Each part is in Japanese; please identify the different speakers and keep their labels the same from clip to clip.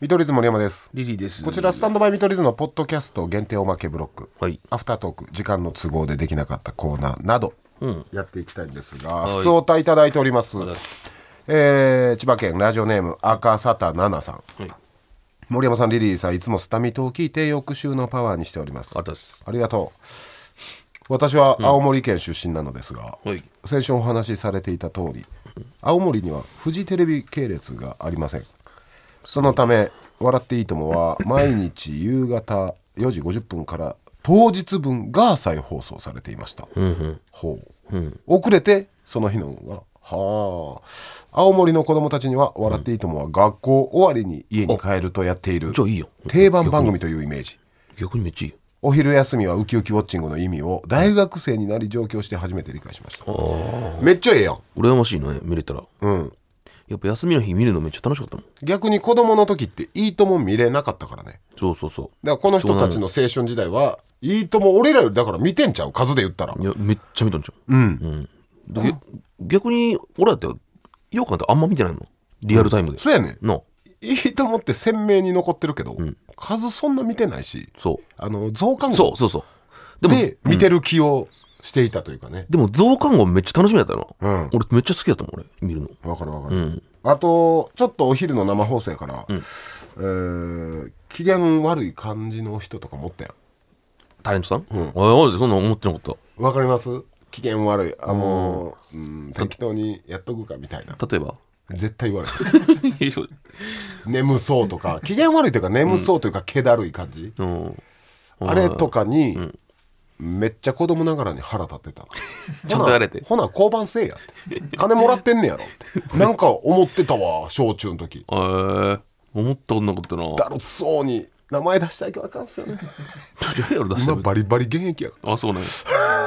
Speaker 1: 見取り図森山です
Speaker 2: リリーです。
Speaker 1: こちらスタンドバイ見取り図のポッドキャスト限定おまけブロック、
Speaker 2: はい
Speaker 1: アフタートーク時間の都合でできなかったコーナーなど
Speaker 2: ん
Speaker 1: やっていきたいんですが、
Speaker 2: い
Speaker 1: 普通お歌いただいております、
Speaker 2: い
Speaker 1: えー千葉県ラジオネーム赤沙汰奈々さん
Speaker 2: はい。
Speaker 1: 森山さんリリーさんいつもスタミトを聞いて翌週のパワーにしております
Speaker 2: あたす。
Speaker 1: ありがとう私は青森県出身なのですが、
Speaker 2: はい。
Speaker 1: 先週お話しされていた通り青森にはフジテレビ系列がありませんそのため「笑っていいとも」は毎日夕方4時50分から当日分が再放送されていました、ほう、遅れてその日のがはあ青森の子供たちには「笑っていいとも」は学校終わりに家に帰るとやっている
Speaker 2: じゃあいいよ
Speaker 1: 定番番組というイメージ
Speaker 2: 逆にめっちゃいいよ。
Speaker 1: お昼休みはウキウキウォッチングの意味を大学生になり上京して初めて理解しましためっちゃええやん
Speaker 2: 羨ましいね、見れたら。うん。やっぱ休みの日見るのめっちゃ楽しかったもん。
Speaker 1: 逆に子供の時っていいとも見れなかったからね
Speaker 2: そうそうそ
Speaker 1: だからこの人たちの青春時代はいいとも俺らよりだから見てんちゃう数で言ったら
Speaker 2: う。いや、めっちゃ見たんじゃん。うん。うん。で逆に、俺だって、ようかんってあんま見てないもん。リアルタイムで。
Speaker 1: そうやねん
Speaker 2: の、
Speaker 1: いいともって鮮明に残ってるけど、数そんな見てないし
Speaker 2: そ
Speaker 1: あの増刊
Speaker 2: う。
Speaker 1: 号
Speaker 2: そうそうそう。でも、
Speaker 1: で見てる気をしていたというかね
Speaker 2: でも増刊号めっちゃ楽しみだったよな。
Speaker 1: うん
Speaker 2: 俺めっちゃ好きだったもん、俺。見るの。
Speaker 1: わかるわかる、あとちょっとお昼の生放送やから、えー機嫌悪い感じの人とか持ったやん
Speaker 2: タレントさんうん。ああ、そんな思ってなかっ
Speaker 1: わかります機嫌悪いあもう、うん、適当にやっとくかみたいな
Speaker 2: た。例え ば
Speaker 1: 絶対言われる
Speaker 2: う
Speaker 1: 眠そうとか機嫌悪いというか眠そうというか気だるい感じ、
Speaker 2: ん。
Speaker 1: あれとかに、めっちゃ子供ながらに腹立ってた
Speaker 2: ちゃんとやれて
Speaker 1: ほなほな交番せえやって金もらってんねや ろってなんか思ってたわ小中の時
Speaker 2: えー、思ったことなかったな。
Speaker 1: だるそうに名前出したいけどあかんっすよね
Speaker 2: とりあえず俺出して
Speaker 1: 今
Speaker 2: み
Speaker 1: バリバリ現役やか
Speaker 2: あ、そうな んや。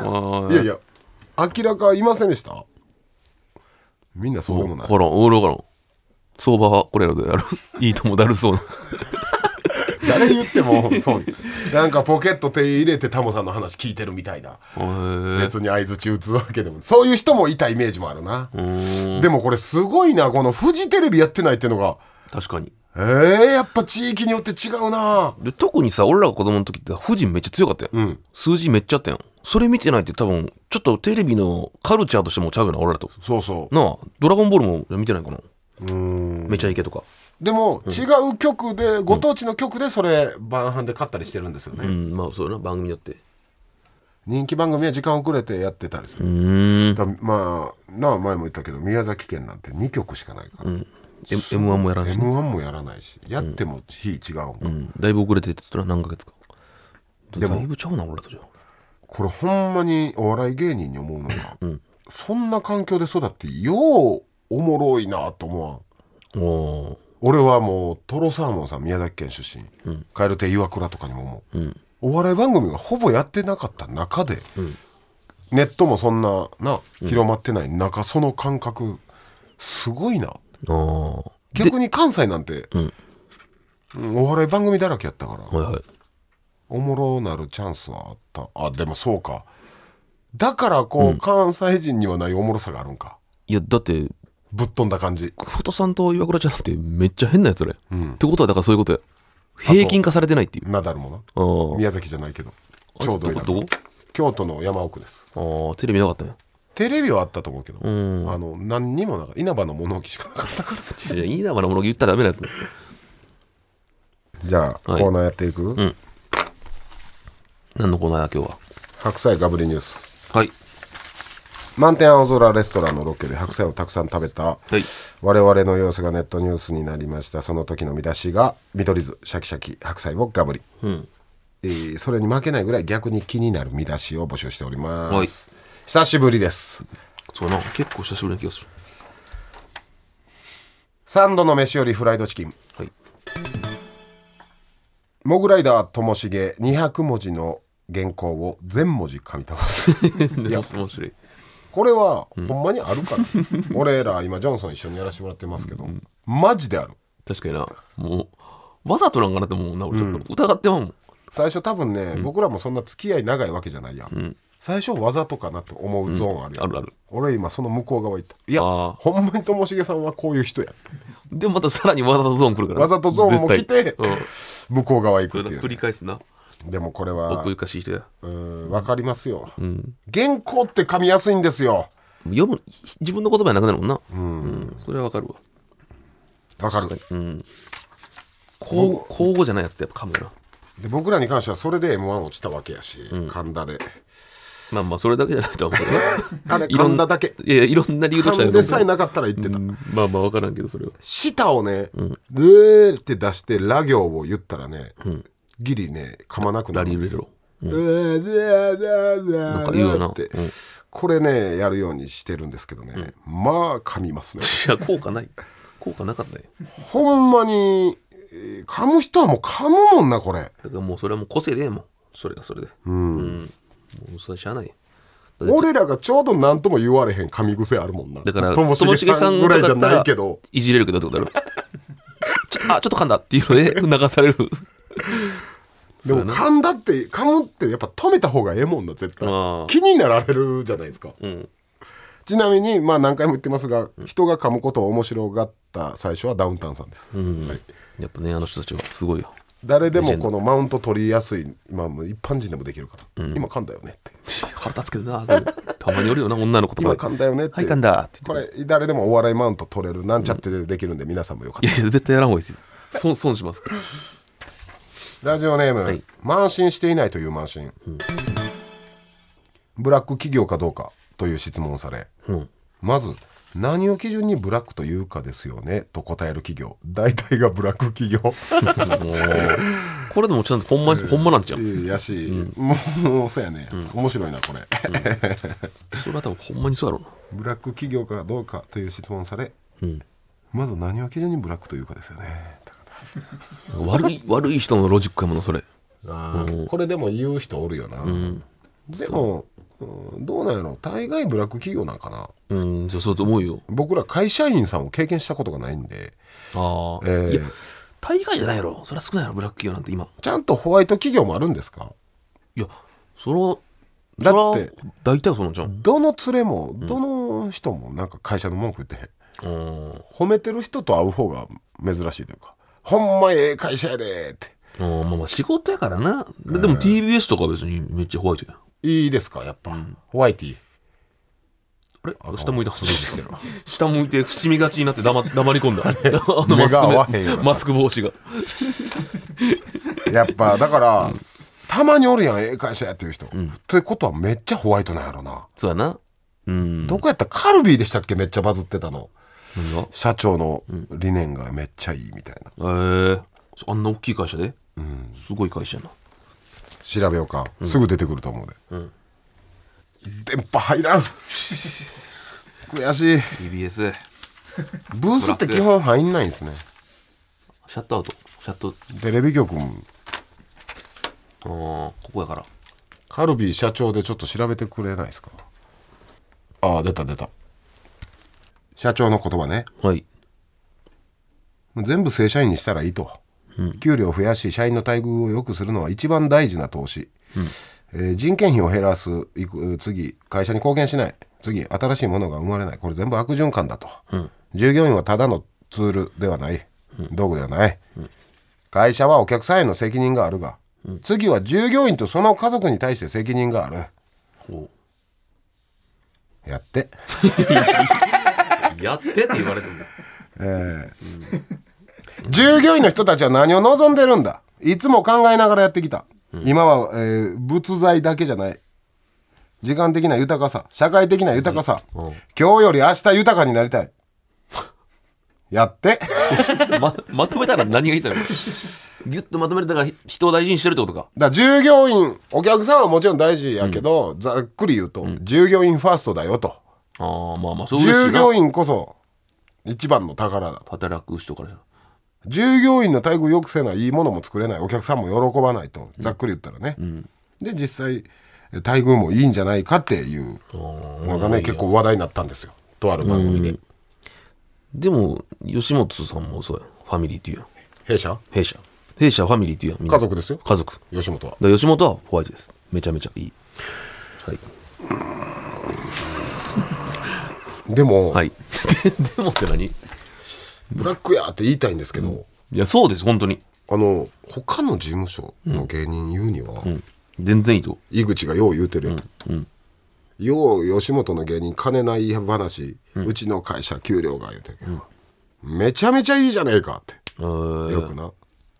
Speaker 2: あ
Speaker 1: らいやいや明らかいませんでしたみんなそうでも
Speaker 2: あ、
Speaker 1: ない
Speaker 2: ほらん、俺わからん。相場はこれらで やる。いいともだるそうな。
Speaker 1: 誰言っても そうなんかポケット手入れてタモさんの話聞いてるみたいな
Speaker 2: へー
Speaker 1: 別に相づち打つわけでもそういう人もいたイメージもあるなでもこれすごいなこのフジテレビやってないっていうのが
Speaker 2: 確かに。
Speaker 1: えー、やっぱ地域によって違うな
Speaker 2: で特にさ、俺らが子供の時って、富士めっちゃ強かったやん。数字めっちゃあったやん。それ見てないって多分、ちょっとテレビのカルチャーとしてもちゃうよな、俺らと。
Speaker 1: そうそ
Speaker 2: なあ、ドラゴンボールも見てないかな。めちゃイケとか。
Speaker 1: うでも違う局でご当地の局でそれ晩飯で買ったりしてるんですよね、
Speaker 2: うん、まあそうやな、番組によって。
Speaker 1: 人気番組は時間遅れてやってたりする、
Speaker 2: うーん。
Speaker 1: だまあなあ前も言ったけど宮崎県なんて2局しかないから、
Speaker 2: M- M1 もやらんし。
Speaker 1: m 1もやらないしやっても日違うんか、
Speaker 2: うん、だいぶ遅れてって言ったら何ヶ月か。
Speaker 1: でも
Speaker 2: だいぶちゃうな、俺らとじゃ。
Speaker 1: これほんまにお笑い芸人に思うのが、そんな環境で育ってようおもろいなと思わん
Speaker 2: おー。
Speaker 1: 俺はもうトロサーモンさん宮崎県出身、蛙亭岩倉とかにも思う、お笑い番組がほぼやってなかった中で、ネットもそんなな広まってない中、その感覚すごいな
Speaker 2: ああ。
Speaker 1: 逆に関西なんて、うんお笑い番組だらけやったから、
Speaker 2: はいはい。
Speaker 1: おもろなるチャンスはあったあでもそうかだからこう、関西人にはないおもろさがあるんか
Speaker 2: いや、だって、
Speaker 1: ぶっ飛んだ感じ
Speaker 2: 久保田さんと岩倉ちゃんってめっちゃ変なやつれ。ってことは、だからそういうことや。平均化されてないっていう。
Speaker 1: ナダルも
Speaker 2: あ
Speaker 1: な
Speaker 2: ー
Speaker 1: 宮崎じゃないけど
Speaker 2: あ
Speaker 1: ち
Speaker 2: い
Speaker 1: ょ
Speaker 2: つ
Speaker 1: うどいいな
Speaker 2: どこど
Speaker 1: 京都の山奥です
Speaker 2: こあーテレビなかったね。
Speaker 1: テレビはあったと思うけど、
Speaker 2: ん
Speaker 1: あの何にもなかった稲葉の物置しかなかったから
Speaker 2: いや、いいな、まだ物言ったらダメなやつね。
Speaker 1: じゃあ、
Speaker 2: はい
Speaker 1: コーナーやっていく、
Speaker 2: ん何のコーナーや、今日は。
Speaker 1: 白菜ガブリニュース
Speaker 2: はい。
Speaker 1: 満天青空レストランのロケで白菜をたくさん食べた
Speaker 2: はい。
Speaker 1: 我々の様子がネットニュースになりましたその時の見出しが「見取り図シャキシャキ白菜をガブリ」えーそれに負けないぐらい逆に気になる見出しを募集しております、久しぶりです
Speaker 2: そうやな、結構久しぶりな気がする。
Speaker 1: サンドの飯よりフライドチキン
Speaker 2: はい。
Speaker 1: モグライダーともしげ200文字の原稿を全文字噛み倒す
Speaker 2: 面白い面白い。
Speaker 1: これはほんまにあるから、俺ら今ジョンソン一緒にやらせてもらってますけど、マジである
Speaker 2: 確かにな、もう、わざとなんかなって思うな、俺ちょっと疑ってまうもん。
Speaker 1: 最初多分ね、僕らもそんな付き合い長いわけじゃないやん、最初わざとかなと思うゾーンあるやん、
Speaker 2: あるある。
Speaker 1: 俺今その向こう側行ったいや
Speaker 2: あー
Speaker 1: ほんまにともしげさんはこういう人や
Speaker 2: でまたさらにわざとゾーン来るから
Speaker 1: わざとゾーンも来て
Speaker 2: 絶対うん
Speaker 1: 向こう側行
Speaker 2: そ
Speaker 1: くっ
Speaker 2: れ
Speaker 1: て
Speaker 2: ない繰
Speaker 1: うね
Speaker 2: り返すな
Speaker 1: でもこれは
Speaker 2: 奥ゆかしい人や
Speaker 1: うんわかりますよ、
Speaker 2: うん
Speaker 1: 原稿って噛みやすいんですよ
Speaker 2: 読む自分の言葉はなくなるもんなうんそれはわかるわ
Speaker 1: わかる
Speaker 2: うん交交互じゃないやつってやっぱ噛むよな
Speaker 1: で僕らに関してはそれで m 1落ちたわけやし、神田で
Speaker 2: まあまあそれだけじゃないとは思うけど
Speaker 1: あれ
Speaker 2: いろ
Speaker 1: 神
Speaker 2: ん
Speaker 1: 田だけ
Speaker 2: いやいやいろんな理由として
Speaker 1: 噛
Speaker 2: は
Speaker 1: んでさえなかったら言ってた、
Speaker 2: うんまあまあ分からんけどそれは
Speaker 1: 舌をね「ルー」って出してラ行を言ったらね、ギリね噛まなくなる
Speaker 2: ラリ
Speaker 1: ん
Speaker 2: ー
Speaker 1: です
Speaker 2: ル
Speaker 1: よ
Speaker 2: だろ
Speaker 1: ルールールールー
Speaker 2: なんか言うよな
Speaker 1: って、
Speaker 2: うん
Speaker 1: これねやるようにしてるんですけどね、まあ噛みますね
Speaker 2: いや効果ない効果なかったね
Speaker 1: ほんまにえー噛む人はもう噛むもんなこれ
Speaker 2: だからもうそれはもう個性でええもんそれがそれでうん、もうそれしゃあないだって
Speaker 1: 俺らがちょうど何とも言われへん噛み癖あるもんな
Speaker 2: だから
Speaker 1: ともしげさんぐらいじゃないけど
Speaker 2: いじれるけどってことだろちょっとあちょっと噛んだっていうので 促される
Speaker 1: でも噛んだって噛むってやっぱ止めた方がええもんな絶対
Speaker 2: あー
Speaker 1: 気になられるじゃないですか、
Speaker 2: ん
Speaker 1: ちなみにまあ何回も言ってますが人が噛むことを面白がった最初はダウンタウンさんです、はい
Speaker 2: やっぱねあの人たちはすごいよ
Speaker 1: 誰でもこのマウント取りやすい今もう一般人でもできるから、今噛んだよねって
Speaker 2: 腹立つけどなそれたまにおるよな女の子と
Speaker 1: 今
Speaker 2: かで
Speaker 1: 噛んだよねって、
Speaker 2: はい噛んだって
Speaker 1: こ
Speaker 2: 言って
Speaker 1: れ誰でもお笑いマウント取れるなんちゃってできるんで皆さんもよかった
Speaker 2: いやいや絶対やらんほうがいいですよ損損しますから
Speaker 1: ラジオネーム、
Speaker 2: い
Speaker 1: 慢心していないという慢心、ブラック企業かどうかという質問をされ、
Speaker 2: うん
Speaker 1: まず何を基準にブラックというかですよねと答える企業大体がブラック企業
Speaker 2: もうこれでもちゃんとほんま、ほんまなんちゃう
Speaker 1: いいやし、もうもうそうやね、面白いなこれ、
Speaker 2: それは多分ほんまにそうやろ
Speaker 1: ブラック企業かどうかという質問をされ
Speaker 2: うな、うん、
Speaker 1: まず何を基準にブラックというかですよね
Speaker 2: 悪 い悪い人のロジックやものそれ
Speaker 1: これでも言う人おるよな、でもうんどうなんやろ大概ブラック企業なんかな
Speaker 2: うんそうそうと思うよ
Speaker 1: 僕ら会社員さんを経験したことがないんで
Speaker 2: ああ、
Speaker 1: ええ
Speaker 2: いや大概じゃないやろそれは少ないやろブラック企業なんて今
Speaker 1: ちゃんとホワイト企業もあるんですか
Speaker 2: いやその
Speaker 1: だって
Speaker 2: それは大体はそうなんじゃん
Speaker 1: どの連れもどの人もなんか会社の文句言って
Speaker 2: うん
Speaker 1: 褒めてる人と会う方が珍しいというか「ほんまええ会社やで」って
Speaker 2: うんまあまあ仕事やからな、ででも TBS とかは別にめっちゃホワイトやん
Speaker 1: 「いいですかやっぱ、ホワイティ
Speaker 2: あれ下向いたそうです下向いて伏みがちになって黙黙り込んだ あのマス
Speaker 1: 目が合わ
Speaker 2: ク
Speaker 1: へんようになった
Speaker 2: マスク帽子が
Speaker 1: やっ ぱだから、たまにおるやんええ会社やっていう人、ということはめっちゃホワイトなんやろな、
Speaker 2: そうやなうん
Speaker 1: どこやったカルビーでしたっけめっちゃバズってたの
Speaker 2: 何が
Speaker 1: 社長の理念がめっちゃいいみたいな
Speaker 2: ええあんな大きい会社で、すごい会社やな
Speaker 1: 調べようか、すぐ出てくると思うで、電波入らん悔しい
Speaker 2: TBS
Speaker 1: ブースって基本入んないんですね
Speaker 2: シャットアウトシャット
Speaker 1: テレビ局も
Speaker 2: あーここやから
Speaker 1: カルビー社長でちょっと調べてくれないですかああ出た出た社長の言葉ね
Speaker 2: はい
Speaker 1: 全部正社員にしたらいいと、給料を増やし社員の待遇を良くするのは一番大事な投資、えー人件費を減らすいく次会社に貢献しない次新しいものが生まれないこれ全部悪循環だと、従業員はただのツールではない、道具ではない、会社はお客さんへの責任があるが、次は従業員とその家族に対して責任がある
Speaker 2: お
Speaker 1: やって
Speaker 2: やってって言われても
Speaker 1: 従業員の人たちは何を望んでるんだいつも考えながらやってきた、今は、えー物財だけじゃない時間的な豊かさ社会的な豊かさ、
Speaker 2: うん
Speaker 1: 今日より明日豊かになりた いやって
Speaker 2: ままとめたら何が言いたい のギュッとまとめるだからひ人を大事にしてるってことか
Speaker 1: だから従業員お客さんはもちろん大事やけど、ざっくり言うと、従業員ファーストだよと
Speaker 2: ああまあまあそうです
Speaker 1: 従業
Speaker 2: よ
Speaker 1: 員こそ一番の宝だ
Speaker 2: 働く人からしたら
Speaker 1: 従業員の待遇を良くせないいものも作れないお客さんも喜ばないとざっくり言ったらね、で実際え待遇もいいんじゃないかっていうのがね結構話題になったんですよとある番組で、
Speaker 2: でも吉本さんもそうやファミリーっていうやん
Speaker 1: 弊社
Speaker 2: 弊社弊社はファミリーっていうやんみんな
Speaker 1: 家族ですよ
Speaker 2: 家族だか
Speaker 1: 吉本は
Speaker 2: ら吉本はホワイトですめちゃめちゃいいはい
Speaker 1: でも、
Speaker 2: はいでもって何
Speaker 1: ブラックやって言いたいんですけど、
Speaker 2: いや、そうです、本当に。
Speaker 1: あの他の事務所の芸人言うには、
Speaker 2: うん。全然いいと。
Speaker 1: 井口がよう言うてるやん、よう吉本の芸人金ない話、うちの会社給料が言うてるけど、めちゃめちゃいいじゃねえかって
Speaker 2: えー
Speaker 1: よくな、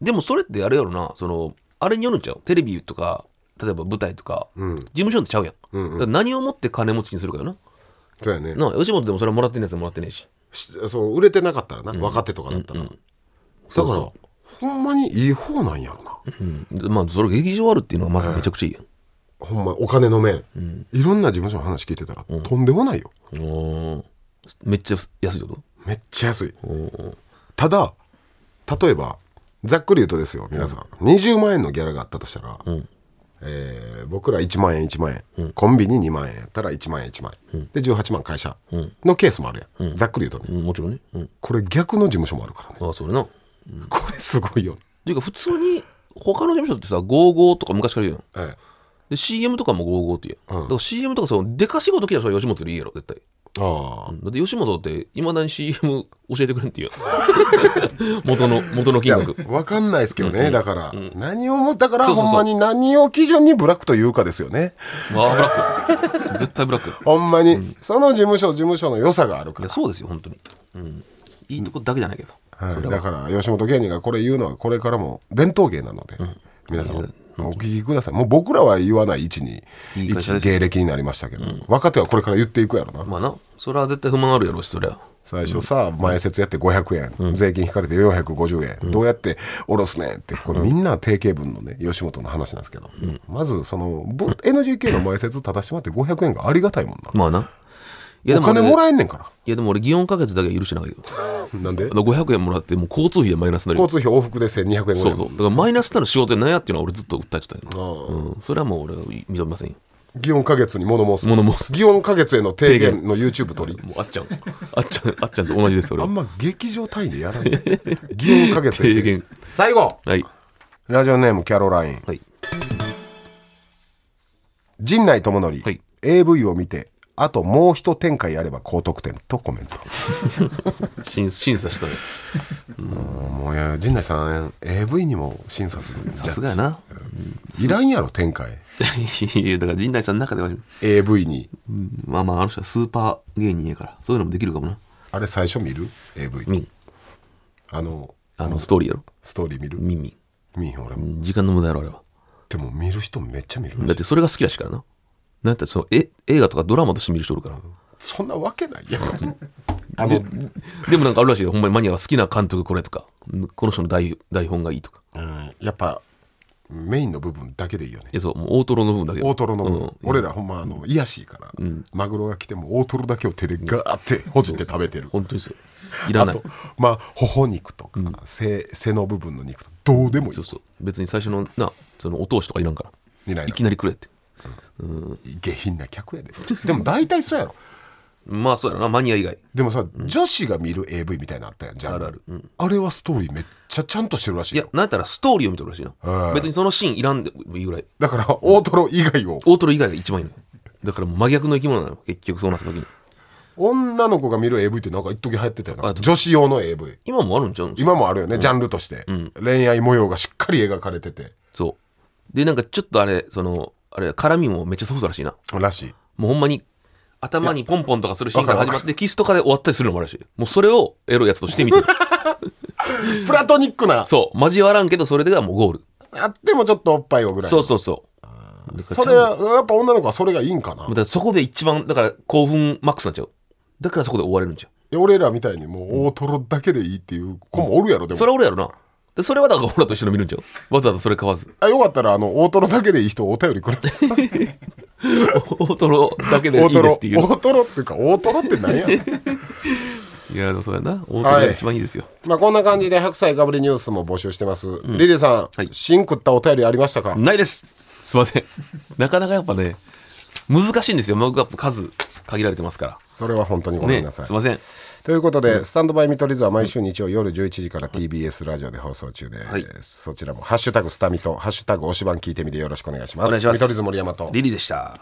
Speaker 2: でもそれってあれやろな、その、あれによるんちゃうテレビとか、例えば舞台とか、事務所ってちゃうやん。だから何をもって金持ちにするかよな。
Speaker 1: そうやね
Speaker 2: なあ吉本でもそれはもらってんやつはもらってねえし。
Speaker 1: しそう売れてなかったらな、若手とかだったら、だからほんまにいい方なんやろな、
Speaker 2: うん。でまあ、それ劇場あるっていうのはまずめちゃくちゃいいやん。
Speaker 1: ほんまお金の面、いろんな事務所の話聞いてたら、とんでもないよ
Speaker 2: おーめっちゃ安いってこと
Speaker 1: めっちゃ安いただ例えばざっくり言うとですよ皆さん、20万円のギャラがあったとしたら、えー僕ら1万円1万円、コンビに2万円やったら1万円1万円、で18万会社のケースもあるやん、ざっくり言うとね
Speaker 2: うん、もちろんね。うん。
Speaker 1: これ逆の事務所もあるからね
Speaker 2: ああ、それな。っ
Speaker 1: これすごいよ、
Speaker 2: ていうか、普通に、他の事務所ってさ、55とか昔から言うやん。
Speaker 1: え
Speaker 2: で、CM とかも55って言うやん。だから CM とか、その、でか仕事来たらそれは吉本よりいいやろ、絶対。
Speaker 1: えああ
Speaker 2: だって吉本って、いまだに CM 教えてくれんって言うやん。 元の、元の金額。
Speaker 1: 分かんないですけどね、だから、何をもだから
Speaker 2: そうそうそう
Speaker 1: ほんまに何を基準にブラックというかですよね
Speaker 2: まあ、ブラック。絶対ブラック。い
Speaker 1: ほんまに、その事務所事務所の良さがあるから
Speaker 2: や、そうですよ、本当に。うん。いいとこだけじゃないけど。
Speaker 1: はい、だから吉本芸人がこれ言うのはこれからも伝統芸なので、皆さんお聞きくださいもう僕らは言わない位置に
Speaker 2: いい会社
Speaker 1: 一
Speaker 2: ですよ
Speaker 1: 芸歴になりましたけど、若手はこれから言っていくやろな
Speaker 2: まあな、それは絶対不満あるやろし、そりゃ。
Speaker 1: 最初さ前説やって500円、税金引かれて450円、どうやって下ろすねんってこれみんな定型文のね吉本の話なんですけど、まずそのぶ NGK の前説正してもらって500円がありがたいもんな
Speaker 2: まあな。いや
Speaker 1: お金
Speaker 2: 俺
Speaker 1: もらえんねんか
Speaker 2: いやでも俺、祇園か月だけは許してないけど。
Speaker 1: らなんで
Speaker 2: あの500円もらって、もう交通費でマイナスになるよ
Speaker 1: 交通費往復で1200円ぐらい
Speaker 2: そうそう。だからマイナスなの仕事でなんやっていうのは俺ずっと訴えてたよ。
Speaker 1: あ
Speaker 2: うん。それはもう俺は認めませんよ。
Speaker 1: 祇園花月に物申す
Speaker 2: 物申す
Speaker 1: 祇園花月への提言の YouTube 取り
Speaker 2: もうあっちゃん。あっちゃん、あっちゃんと同じです、俺
Speaker 1: あ
Speaker 2: は。
Speaker 1: んま劇場単位でやら ない。祇園か月
Speaker 2: 提言。
Speaker 1: 最後
Speaker 2: はい。
Speaker 1: ラジオネームキャロライン。
Speaker 2: はい。
Speaker 1: 陣内智則、
Speaker 2: はい
Speaker 1: AV を見て、あともう一展開あれば高得点とコメント。
Speaker 2: 審審査したね。
Speaker 1: もういや、陣内さん、AV にも審査する
Speaker 2: さすがやな。
Speaker 1: いらんやろ、展開。
Speaker 2: いや、だから陣内さんの中では、
Speaker 1: AV に。
Speaker 2: うんまあまあ、あの人はスーパー芸人やから、そういうのもできるかもな。
Speaker 1: あれ最初見る ?AV。
Speaker 2: ミン。
Speaker 1: あの、
Speaker 2: あの、ストーリーやろ。
Speaker 1: ストーリー見る
Speaker 2: ミンミ
Speaker 1: 見へん俺
Speaker 2: ン。時間の無駄やろ、あれは。
Speaker 1: でも見る人めっちゃ見るらしい
Speaker 2: だってそれが好きだしからな。なんてそのえ映画とかドラマとして見る人おるから。
Speaker 1: そんなわけないやん。あの、
Speaker 2: でもなんかあるらしいよ。ほんまにマニアは好きな監督これとか、うんこの人の台台本がいいとか。
Speaker 1: うんやっぱ、メインの部分だけでいいよね
Speaker 2: い。や、そう、もう大トロの部分だけ。
Speaker 1: 大トロの部分、
Speaker 2: うん
Speaker 1: 俺らほんまあの癒やしいから、マグロが来ても大トロだけを手でガーってほじって食べてる、
Speaker 2: 本当にそう。いら
Speaker 1: あ
Speaker 2: ない
Speaker 1: と。まあ頬肉とか、背背の部分の肉とかどうでもいい
Speaker 2: そうそう。別に最初のな、そのお通しとかいらんから。
Speaker 1: いらんいらん
Speaker 2: きなりくれって。
Speaker 1: 下品な客やででも大体そうやろ
Speaker 2: まあそうやろな、マニア以外。
Speaker 1: でもさ、女子が見る AV みたいなのあったやんじゃん
Speaker 2: あるあるうん
Speaker 1: あれはストーリーめっちゃちゃんとしてるらしい
Speaker 2: いや
Speaker 1: よ、
Speaker 2: なんやったらストーリーを見てるらしい
Speaker 1: は
Speaker 2: な。
Speaker 1: い
Speaker 2: 別にそのシーンいらんでもいいぐらい。
Speaker 1: だから大トロ以外を
Speaker 2: 大トロ以外が一番いいのよ。だからもう真逆の生き物なの。結局そうなった時に。
Speaker 1: 女の子が見る AV ってなんか一時流行ってたよな
Speaker 2: あと
Speaker 1: 女子用の AV
Speaker 2: 今もあるんちゃうん
Speaker 1: 今もあるよね、ジャンルとして、恋愛模様がしっかり描かれてて
Speaker 2: そう。で、なんかちょっとあれ、その、あれ、絡みもめっちゃソフトらしいな。
Speaker 1: らしい
Speaker 2: もうほんまに、頭にポンポンとかするシーンから
Speaker 1: わか
Speaker 2: 始
Speaker 1: る
Speaker 2: まって、キスとかで終わったりするのもあるし、もうそれをエロいやつとして見て る。
Speaker 1: プラトニックな
Speaker 2: そう、交わらんけど、それではもうゴール。
Speaker 1: あってもちょっとおっぱいをぐらいの
Speaker 2: そうそうそう。
Speaker 1: それはやっぱ女の子はそれがいいんかな
Speaker 2: だからそこで一番、だから興奮マックスになっちゃう。だからそこで終われるんちゃ
Speaker 1: いや俺らみたいにもう大トロだけでいいっていう子もおるやろでも
Speaker 2: う。それは俺やろな。でそれはだから俺らと一緒に見るんちゃう。わざわざそれ買わず。
Speaker 1: あよかったらあの大トロだけでいい人お便りくれ
Speaker 2: 大トロだけでい
Speaker 1: 大
Speaker 2: い
Speaker 1: ト
Speaker 2: で
Speaker 1: ロ
Speaker 2: すっていう。
Speaker 1: 大トロっていうか大トロって何や ねん
Speaker 2: いや、でもそうやな。大トロが一番いいですよ。
Speaker 1: まあこんな感じで白菜かぶりニュースも募集してます、リリーさん、
Speaker 2: はい
Speaker 1: 新食ったお便りありましたか、
Speaker 2: ないですすいません。なかなかやっぱね、難しいんですよ。マグカップ数限られてますか
Speaker 1: それは本当にご
Speaker 2: ら。
Speaker 1: めん
Speaker 2: ね
Speaker 1: な、さい、
Speaker 2: すいません。
Speaker 1: ということで、スタンドバイ見取り図は毎週日曜夜11時から TBS ラジオで放送中で、
Speaker 2: い
Speaker 1: そちらも「ハッシュタグスタミと「ハッシュタグ推しバン聞いてみてよろしくお願いします
Speaker 2: お願いします
Speaker 1: 見取り図森山と
Speaker 2: リリーでした。